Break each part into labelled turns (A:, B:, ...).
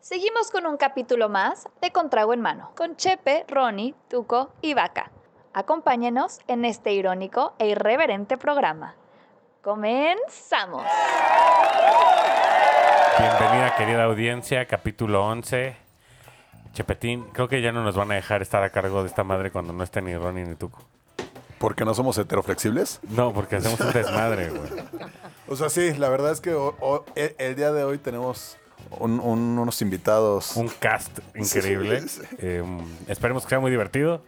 A: Seguimos con un capítulo más de Contrago en Mano, con Chepe, Ronnie, Tuco y Vaca. Acompáñenos en este irónico e irreverente programa. ¡Comenzamos!
B: Bienvenida querida audiencia, capítulo 11. Chepetín, creo que ya no nos van a dejar estar a cargo de esta madre cuando no esté ni Ronnie ni Tuco.
C: Porque no somos heteroflexibles.
B: No, porque hacemos un desmadre, güey.
C: O sea, sí, la verdad es que o- o- el, el día de hoy tenemos un- un- unos invitados.
B: Un cast increíble.
C: Sí, sí.
B: Eh, esperemos que sea muy divertido.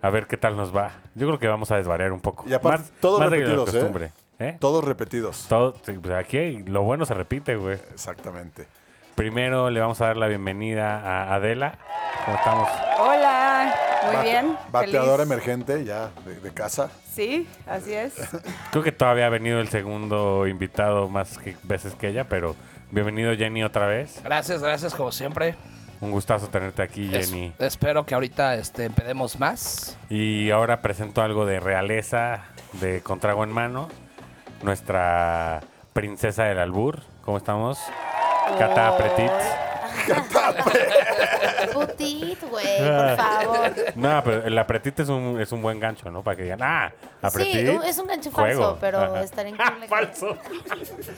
B: A ver qué tal nos va. Yo creo que vamos a desvariar un poco.
C: Y aparte, todos
B: de la
C: repetidos, ¿eh?
B: costumbre. ¿Eh?
C: Todos repetidos.
B: Todo- sí, pues aquí hay- lo bueno se repite, güey.
C: Exactamente.
B: Primero le vamos a dar la bienvenida a Adela. ¿Cómo estamos?
D: Hola, muy
C: Bate-
D: bien.
C: Bateador
D: feliz.
C: emergente ya de, de casa.
D: Sí, así es.
B: Creo que todavía ha venido el segundo invitado más que- veces que ella, pero bienvenido Jenny otra vez.
E: Gracias, gracias como siempre.
B: Un gustazo tenerte aquí,
E: Es-
B: Jenny.
E: espero que ahorita este, empedemos más.
B: Y ahora presento algo de realeza, de contrago en mano. Nuestra princesa del albur. ¿Cómo estamos?
F: Oh.
B: Cata Petit.
F: Putit, güey, por favor.
B: No, pero el apretit es un, es un buen gancho, ¿no? Para que digan, ah, apretit.
F: Sí, un- es un gancho falso,
B: juego".
F: pero
B: Ajá.
F: estaría increíble.
B: falso.
C: ¿De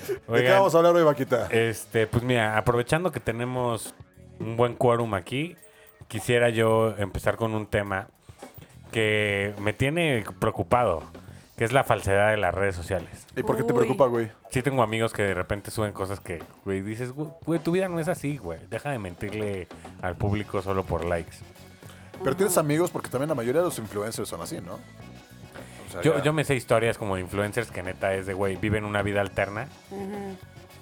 C: qué
B: Oigan,
C: vamos a hablar hoy, Vaquita?
B: Este, pues mira, aprovechando que tenemos un buen quórum aquí, quisiera yo empezar con un tema que me tiene preocupado, que es la falsedad de las redes sociales.
C: ¿Y por qué te
D: Uy.
C: preocupa, güey?
B: Sí tengo amigos que de repente suben cosas que, güey, dices, "Güey, güey, tu vida no es así, güey. Deja de mentirle al público solo por likes.
C: Pero tienes amigos porque también la mayoría de los influencers son así, ¿no? O sea,
B: Yo,
C: ya-
B: yo me sé historias como de influencers que neta es de, güey, viven una vida alterna.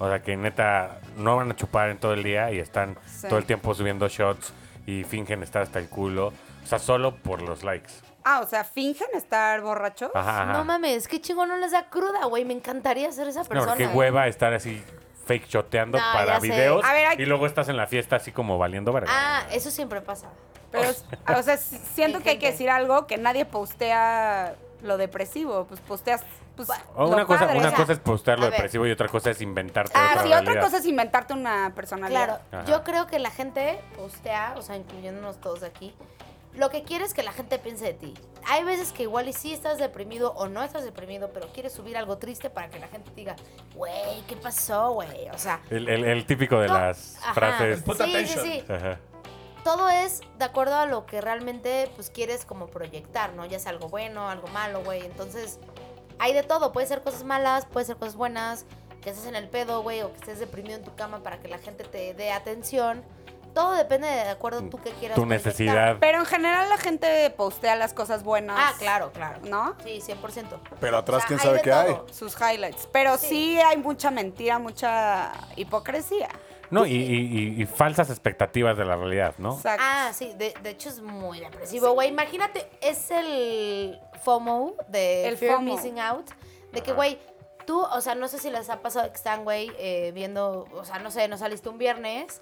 B: O sea, que neta no van a chupar en todo el día y están
D: Sí.
B: todo el tiempo subiendo shots y fingen estar hasta el culo. O sea, solo por los likes.
D: Ah, o sea, fingen estar borrachos.
B: Ajá, ajá.
F: No mames, qué chingón no les da cruda, güey. Me encantaría ser esa
B: No,
F: persona.
B: porque hueva estar así fake choteando
F: No,
B: para
F: ya sé.
B: videos
D: A ver, hay-
B: y luego estás en la fiesta así como valiendo verga.
F: Ah, eso siempre pasa.
D: Pero, o sea, si- siento que hay que
F: Fingente.
D: decir algo que nadie postea lo depresivo. Pues posteas. Pues,
B: O
D: lo
B: Oh, una cosa,
D: padre.
B: una
F: o sea,
B: cosa es postear lo
F: a ver.
B: depresivo y otra cosa es inventarte
D: Ah,
B: otra
D: sí,
B: realidad.
D: otra cosa es inventarte una personalidad.
F: Claro,
B: Ajá.
F: yo creo que la gente postea, o sea, incluyéndonos todos aquí, lo que quiere es que la gente piense de ti. Hay veces que igual y sí estás deprimido o no estás deprimido, pero quieres subir algo triste para que la gente diga, güey, ¿qué pasó, güey? O sea,
B: El, el- el típico de
F: no,
B: las
F: ajá. Pues,
B: frases.
E: Put
F: Sí, sí,
E: attention.
F: sí.
B: Ajá.
F: todo es de acuerdo a lo que realmente pues quieres como proyectar, ¿no? Ya sea algo bueno, algo malo, güey. Entonces, hay de todo, puede ser cosas malas, puede ser cosas buenas, que estés en el pedo, güey, o que estés deprimido en tu cama para que la gente te dé atención. Todo depende de, de acuerdo tú que quieras.
B: Tu
F: proyectar.
B: necesidad.
D: Pero en general la gente postea las cosas buenas.
F: Ah, claro, claro.
D: ¿No?
F: Sí, 100%.
C: Pero atrás,
F: O sea,
C: ¿quién
F: hay
C: sabe
F: de
C: qué hay?
F: todo.
D: Sus highlights. Pero
F: Sí.
D: sí hay mucha mentira, mucha hipocresía.
B: No, y, y- y- y falsas expectativas de la realidad, ¿no?
D: Exacto.
F: Ah, sí, de, de hecho es muy depresivo, güey. Imagínate, es el FOMO de
D: El
F: Fear
D: FOMO.
F: Missing Out. De que,
B: Ajá.
F: güey, tú, o sea, no sé si les ha pasado que están, güey, eh, viendo, o sea, no sé, no saliste un viernes,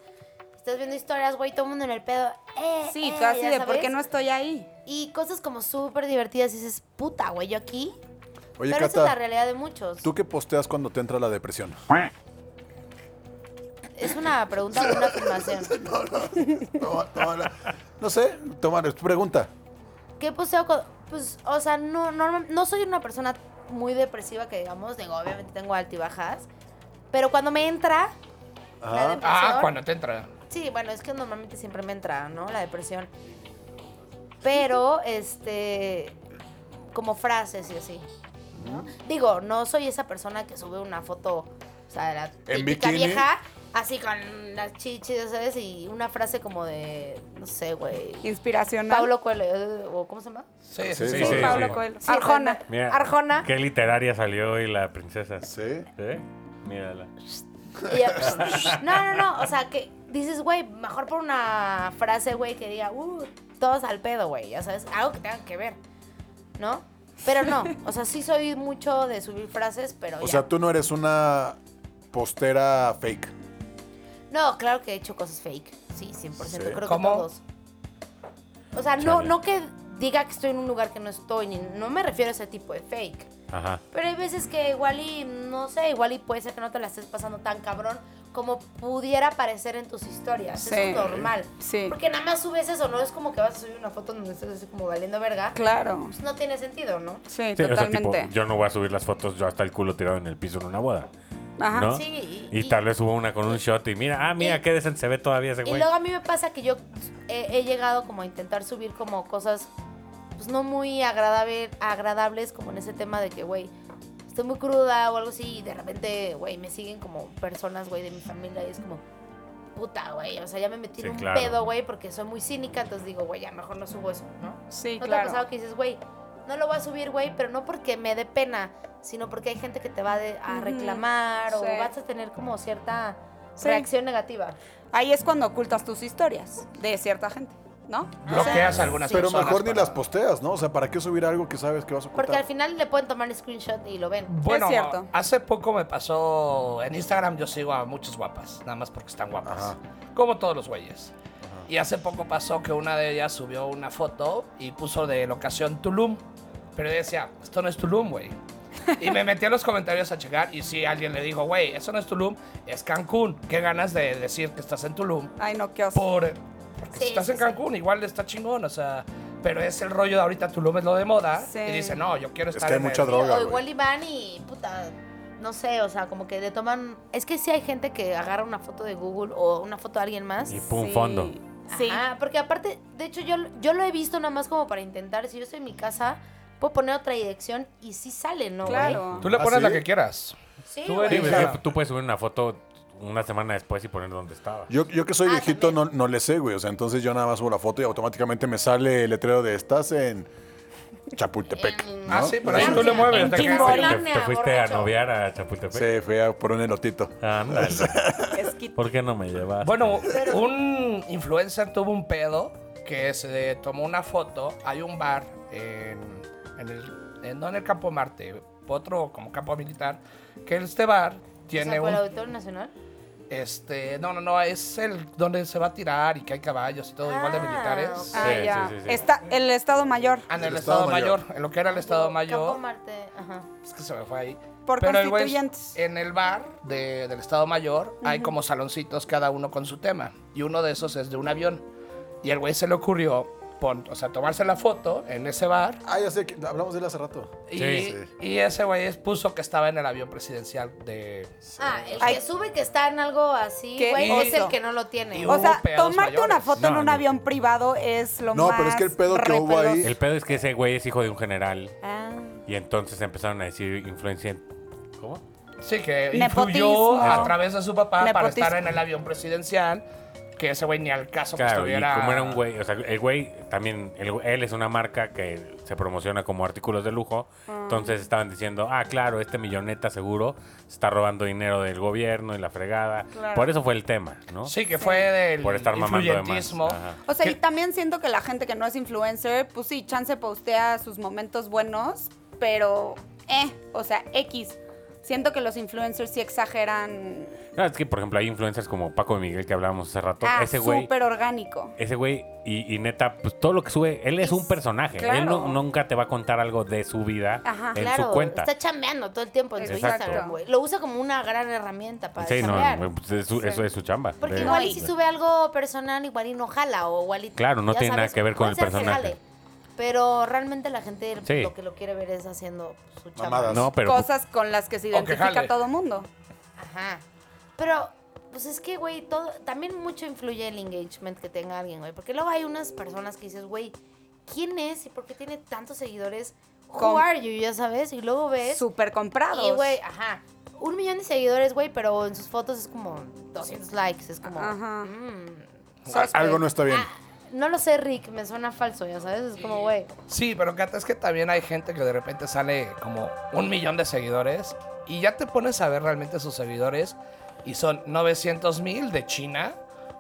F: estás viendo historias, güey, todo el mundo en el pedo. Eh,
D: Sí,
F: eh,
D: tú así
F: ya
D: de por
F: sabes.
D: qué no estoy ahí.
F: Y cosas como súper divertidas y dices, puta, güey, yo aquí.
C: Oye,
F: Pero esa es la
C: Cata,
F: realidad de muchos.
C: ¿tú qué posteas cuando te entra la depresión?
F: Es una pregunta o una afirmación.
C: No, no, no, no sé, toma, es tu pregunta.
F: ¿Qué posteo? co- Pues, o sea, no, no, no soy una persona muy depresiva que digamos, digo, obviamente tengo altibajas, pero cuando me entra la
C: Ajá.
F: depresión...
E: Ah, cuando te entra.
F: Sí, bueno, es que normalmente siempre me entra, ¿no? La depresión. Pero, este, como frases y así. ¿no? Digo, no soy esa persona que sube una foto, o sea, de la
C: En
F: típica
C: bikini.
F: vieja, así con las chichis, ¿sabes? Y una frase como de, no sé, güey.
D: Inspiracional.
F: Pablo Coelho, eh, o ¿cómo se llama?
E: Sí,
C: Sí,
E: sí, sí.
D: Sí,
B: sí,
D: Pablo
B: sí.
D: Coelho.
F: Sí,
D: Arjona.
B: Mira,
F: Arjona.
B: Qué literaria salió hoy la princesa.
C: Sí.
B: ¿Eh? Mírala.
F: Y ya, no, no, no. O sea, que dices, güey, mejor por una frase, güey, que diga, uh, todos al pedo, güey. Ya sabes, algo que tengan que ver, ¿no? Pero no, o sea, sí soy mucho de subir frases, pero
C: O
F: ya.
C: sea, tú no eres una postera fake.
F: No, claro que he hecho cosas fake. Sí, 100%,
C: Sí.
F: creo
E: ¿Cómo?
F: que todos. O sea, no,
B: Chale.
F: no que diga que estoy en un lugar que no estoy, ni, no me refiero a ese tipo de fake.
B: Ajá.
F: Pero hay veces que igual y, no sé, igual y puede ser que no te la estés pasando tan cabrón como pudiera aparecer en tus historias.
D: Sí.
F: Eso es normal.
D: Sí.
F: Porque nada más subes eso, no es como que vas a subir una foto donde estés así como valiendo verga.
D: Claro.
F: Pues no tiene sentido, ¿no?
D: Sí,
B: Sí, o sea, tipo,
D: totalmente.
B: yo no voy a subir las fotos yo hasta el culo tirado en el piso en una boda.
D: Ajá.
B: ¿no?
F: Sí,
B: y,
F: y-
B: tal vez hubo una con un shot y mira, ah, mira,
F: y-
B: qué decente se ve todavía ese
F: Y
B: este güey.
F: luego a mí me pasa que yo eh, he, he llegado como a intentar subir como cosas pues no muy agradable, agradables como en ese tema de que, güey, estoy muy cruda o algo así y de repente, güey, me siguen como personas, güey, de mi familia y es como, puta, güey, o sea, ya me metí
B: Sí,
F: en un
B: claro.
F: pedo, güey, porque soy muy cínica, entonces digo, güey, ya mejor no subo eso, ¿no?
D: Sí,
F: ¿No te ha
D: claro.
F: pasado que dices, güey, no lo voy a subir, güey, pero no porque me dé pena, sino porque hay gente que te va de- a
D: Ujú,
F: reclamar
D: sí.
F: o vas a tener como cierta
D: Sí.
F: reacción negativa?
D: Ahí es cuando ocultas tus historias de cierta gente, ¿no?
E: Bloqueas algunas
F: Sí.
C: Pero
E: personas.
C: mejor ni
E: para-
C: las posteas, ¿no? O sea, ¿para qué subir algo que sabes que vas a ocultar?
F: Porque al final le pueden tomar screenshot y lo ven.
E: Bueno,
D: Es cierto.
E: hace poco me pasó en Instagram, yo sigo a muchos guapas, nada más porque están guapas.
C: Ajá.
E: Como todos los güeyes. Y hace poco pasó que una de ellas subió una foto y puso de locación Tulum. Pero yo decía, esto no es Tulum, güey. Y me metí a los comentarios a checar y si alguien le dijo, güey, eso no es Tulum, es Cancún. Qué ganas de decir que estás en Tulum.
D: Ay, no, qué oso.
E: Por, porque si
F: Sí,
E: estás
F: sí,
E: en
F: sí.
E: Cancún, igual está chingón, o sea. Pero es el rollo de ahorita Tulum es lo de moda.
D: Sí.
E: Y dice, no, yo quiero
C: Es
E: estar
C: que hay
E: en el-
C: mucha droga,
F: o
C: güey.
F: igual y van y puta, no sé, o sea, como que le toman. Es que sí hay gente que agarra una foto de Google o una foto de alguien más.
B: Y pum, fondo.
D: Sí.
F: Ajá, porque aparte, de hecho, yo, yo lo he visto nada más como para intentar. Si yo estoy en mi casa, puedo poner otra dirección y sí sale, ¿no? güey?
D: Claro.
E: Tú le
C: ¿Ah,
E: pones la
C: sí?
E: que quieras.
F: Sí,
E: Tú
F: güey.
B: Sí,
E: eres-
B: pues,
E: Claro.
B: sí, tú puedes subir una foto una semana después y poner donde estaba.
C: Yo, yo que soy
F: Ah,
C: viejito no,
F: también.
C: no le sé, güey. O sea, entonces yo nada más subo la foto y automáticamente me sale el letrero de estás en Chapultepec.
F: En-
C: ¿no?
E: Ah, sí, pero ahí
F: Narnia.
E: tú le mueves.
F: En
E: te quedas-
B: Te,
F: Chimborazo.
B: te-
F: Narnia,
B: te fuiste a
F: borracho.
B: noviar a Chapultepec.
C: Sí, fui a por un elotito.
B: Ándale.
D: Esquite.
B: ¿Por qué no me llevas?
E: Bueno, un influencer tuvo un pedo que se tomó una foto. Hay un bar en, en el, en- no en el campo Marte, otro como campo militar, que este bar
F: O
E: tiene
F: sea, por el
E: un,
F: Auditorio Nacional?
E: este, no, no, no, es el donde se va a tirar y que hay caballos y todo, igual de
F: Ah,
E: militares.
F: ok.
D: Ah,
B: Sí,
D: ya.
B: sí, sí, sí.
D: Está el Estado Mayor.
E: Ah, en el,
C: El
E: Estado,
C: Estado
E: Mayor,
C: Mayor.
E: en lo que era el Estado
F: Digo,
E: Mayor.
F: Campo Marte, ajá.
E: Es pues, que se me fue ahí.
D: Por
E: el güey,
D: constituyentes.
E: en el bar de- del Estado Mayor hay como saloncitos, cada uno con su tema. Y uno de esos es de un avión. Y el güey se le ocurrió, pon- o sea, tomarse la foto en ese bar.
C: Ah, ya sé, que hablamos de él hace rato.
E: Y,
B: Sí.
E: y ese güey puso que estaba en el avión presidencial de...
F: Ah, el
D: Ay.
F: que sube que está en algo así,
D: Qué
F: güey, es
D: oso.
F: el que no lo tiene.
E: Y
D: O
E: hubo
D: sea,
E: pedos
D: tomarte una
E: mayores.
D: foto en
B: No,
D: un
B: no.
D: avión privado es lo
C: No,
D: más.
C: pero es que el pedo que hubo ahí-
D: repeloso.
B: El pedo es que ese güey es hijo de un general
D: Ah.
B: y entonces empezaron a decir influencia. ¿Cómo?
E: Sí, que influyó
D: Nepotismo.
E: a través de su papá para
D: Nepotismo.
E: estar en el avión presidencial. Que ese güey ni al caso que
B: Claro, y
E: estuviera...
B: como era un güey, o sea, el güey también, el- él es una marca que se promociona como artículos de lujo,
F: Ah.
B: entonces estaban diciendo, ah, claro, este milloneta seguro se está robando dinero del gobierno y la fregada.
D: Claro.
B: Por eso fue el tema, ¿no?
E: Sí, que fue del
B: Por estar mamando de más.
E: influyentismo.
B: Ajá.
D: O sea, y
E: Que-
D: también siento que la gente que no es influencer, pues sí, chance postea sus momentos buenos, pero eh, o sea, X. Siento que los influencers sí exageran
B: No, es que, por ejemplo, hay influencers como Paco de Miguel que hablábamos hace rato.
D: ah,
B: ese güey,
D: súper orgánico.
B: ese güey, y, y neta, pues todo lo que sube, él es un personaje. Él no-
D: claro.
B: nunca te va a contar algo de su vida
D: Ajá.
B: en
F: Ah, claro,
B: su cuenta.
F: está chambeando todo el tiempo en su
B: Exacto.
F: Instagram, güey. Lo usa como una gran herramienta para
B: Sí, no,
F: chambear.
B: pues, es su- eso es su chamba.
F: Porque
B: De-
F: igual y si sube algo personal, igual y no jala o igual y...
B: Claro, no
F: ya
B: tiene nada que ver con
F: puede
B: el
F: ser que
B: personaje.
F: jale, pero realmente la gente
B: Sí.
F: lo que lo quiere ver es haciendo su chamba.
C: Mamadas.
B: No, pero pues
D: Cosas con las que se
E: O que
D: identifica
E: jale.
D: todo mundo.
F: Ajá. Pero, pues es que, güey, todo, también mucho influye el engagement que tenga alguien, güey. Porque luego hay unas personas que dices, güey, ¿quién es y por qué tiene tantos seguidores? Who
D: Con-
F: are you, ya sabes? Y luego ves...
D: Súper comprados.
F: Y, güey, ajá. Un millón de seguidores, güey, pero en sus fotos es como 200 likes. Es como...
D: Ajá.
F: mm,
C: Al- Algo no está bien.
F: ah, no lo sé, Rick, me suena falso, ya sabes. Es como, güey...
E: Sí, pero Cata, es que también hay gente que de repente sale como un millón de seguidores y ya te pones a ver realmente sus seguidores y son 900 mil de China,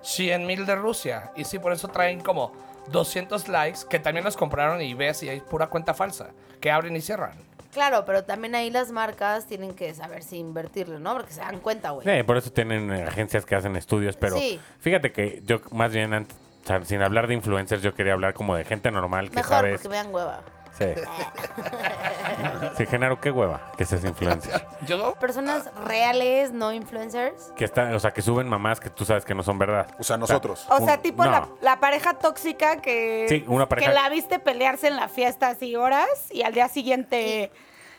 E: 100 mil de Rusia. Y sí, por eso traen como 200 likes que también los compraron y ves y hay pura cuenta falsa que abren y cierran.
F: Claro, pero también ahí las marcas tienen que saber si invertirle, ¿no? Porque se dan cuenta, güey.
B: Sí, por eso tienen pues, eh, agencias que hacen estudios, pero
F: Sí.
B: fíjate que yo más bien antes, o sea, sin hablar de influencers, yo quería hablar como de gente normal que
F: Mejor,
B: sabes
F: porque me dan hueva.
B: Sí. Sí, Genaro, qué hueva que seas influencer.
E: Yo,
F: Personas reales, no influencers.
B: Que están, o sea, que suben mamás que tú sabes que no son verdad.
C: O sea, nosotros.
D: O
B: Un-
D: sea, tipo la,
B: no.
D: la pareja tóxica que,
B: Sí, una pareja-
D: que la viste pelearse en la fiesta así horas y al día siguiente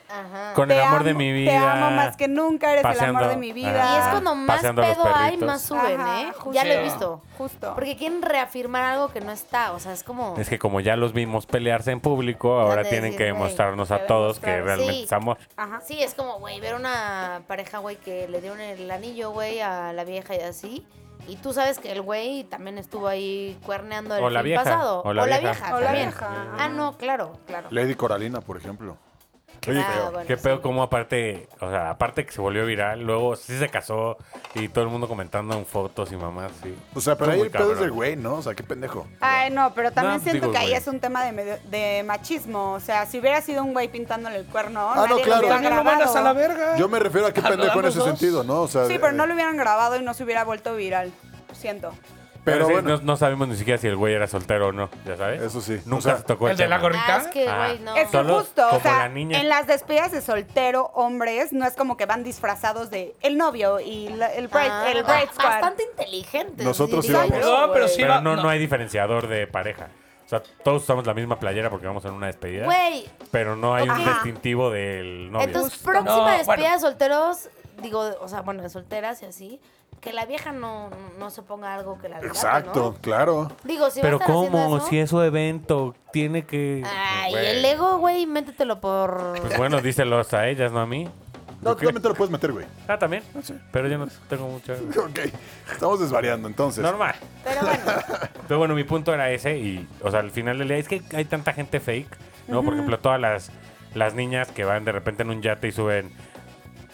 F: Ajá.
B: Con
D: te
B: el amor
D: amo-
B: de mi vida.
D: Te amo más que nunca, eres el
B: paseando-
D: amor de mi vida.
F: Y es
B: Ajá.
F: cuando más
B: Paseando a los
F: pedo hay,
B: perritos.
F: más suben,
D: Ajá,
F: ¿eh?
D: justo.
F: Ya lo he visto.
D: Justo.
F: Porque quieren reafirmar algo que no está. O sea, es como.
B: Es que como ya los vimos pelearse en público, ahora
F: de
B: tienen
F: decir,
B: que
F: güey,
B: demostrarnos
D: te
B: a todos que
D: demostraron.
B: realmente
F: Sí.
B: es amor.
D: Ajá.
F: Sí, es como, güey, ver una pareja, güey, que le dieron el anillo, güey, a la vieja y así. Y tú sabes que el güey también estuvo ahí cuerneando el
B: O la
F: fin
B: vieja,
F: pasado.
B: o la vieja.
D: O la
F: también.
D: vieja, ajá.
F: Ah, no, claro, claro.
C: Lady Coralina, por ejemplo. Oye,
F: Ah,
C: feo.
F: bueno,
B: Qué pedo
F: sí.
B: como aparte, o sea, aparte que se volvió viral, luego sí se casó y todo el mundo comentando en fotos y mamás, sí.
C: O sea,
B: Estuvo
C: pero ahí
B: muy
C: el pedo es
B: cabrón.
C: del güey, ¿no? O sea, qué pendejo.
F: Ah.
D: Ay, no, pero también
B: No,
D: siento
B: digo,
D: que ahí
B: güey.
D: es un tema de, medio- de machismo. O sea, si hubiera sido un güey pintándole el cuerno,
C: Ah, no,
D: nadie
C: claro.
D: lo hubiera
E: también lo
D: grabado.
E: mandas a la verga.
C: Yo me refiero a qué
E: Hablamos
C: pendejo en ese
E: dos.
C: sentido, ¿no? O sea, eh,
D: Sí,
C: de-
D: pero no lo hubieran grabado y no se hubiera vuelto viral. Siento.
B: Pero,
C: Pero
B: sí,
C: bueno,
B: no, no sabemos ni siquiera si el güey era soltero o no, ya sabes.
C: Eso sí.
B: Nunca
C: O sea,
B: se tocó el,
E: el de la
B: tema.
E: gorrita.
F: Ah, es que,
B: Ah.
F: güey, no.
D: Es que
B: Solo
D: justo, o
B: como
D: sea,
B: la niña.
D: en las despedidas de soltero, hombres, no es como que van disfrazados de el novio y la- el bride,
F: Ah,
D: el bride squad.
F: Bastante inteligente.
C: Nosotros
F: sí,
C: íbamos.
F: digo,
E: No, pero
F: güey.
E: sí
B: Pero
E: iba-
B: no,
E: no.
B: no hay diferenciador de pareja. O sea, todos usamos la misma playera porque vamos en una despedida.
F: Güey,
B: Pero no hay un
F: Ajá.
B: distintivo del novio.
F: entonces,
E: Justo.
F: próxima
E: No, bueno.
F: despedida de solteros, digo, o sea, bueno, de solteras y así, que la vieja no, no- no se ponga algo que la delate,
C: exacto,
F: ¿no?
C: claro.
F: Digo, si
B: pero
F: va a estar haciendo
B: ¿cómo?
F: eso-
B: Si es su evento, tiene que...
F: Ay,
B: Güey.
F: el ego, güey, métetelo por.
B: Pues bueno, díselos a ellas, no a mí.
C: No, tú también te lo puedes meter, güey.
B: Ah, también. Pero yo no tengo mucho...
C: Ok. Estamos desvariando, entonces.
B: Normal.
F: Pero bueno,
B: Pero bueno, mi punto era ese y, o sea, al final del día es que hay tanta gente fake, ¿no? Por ejemplo, todas las, las niñas que van de repente en un yate y suben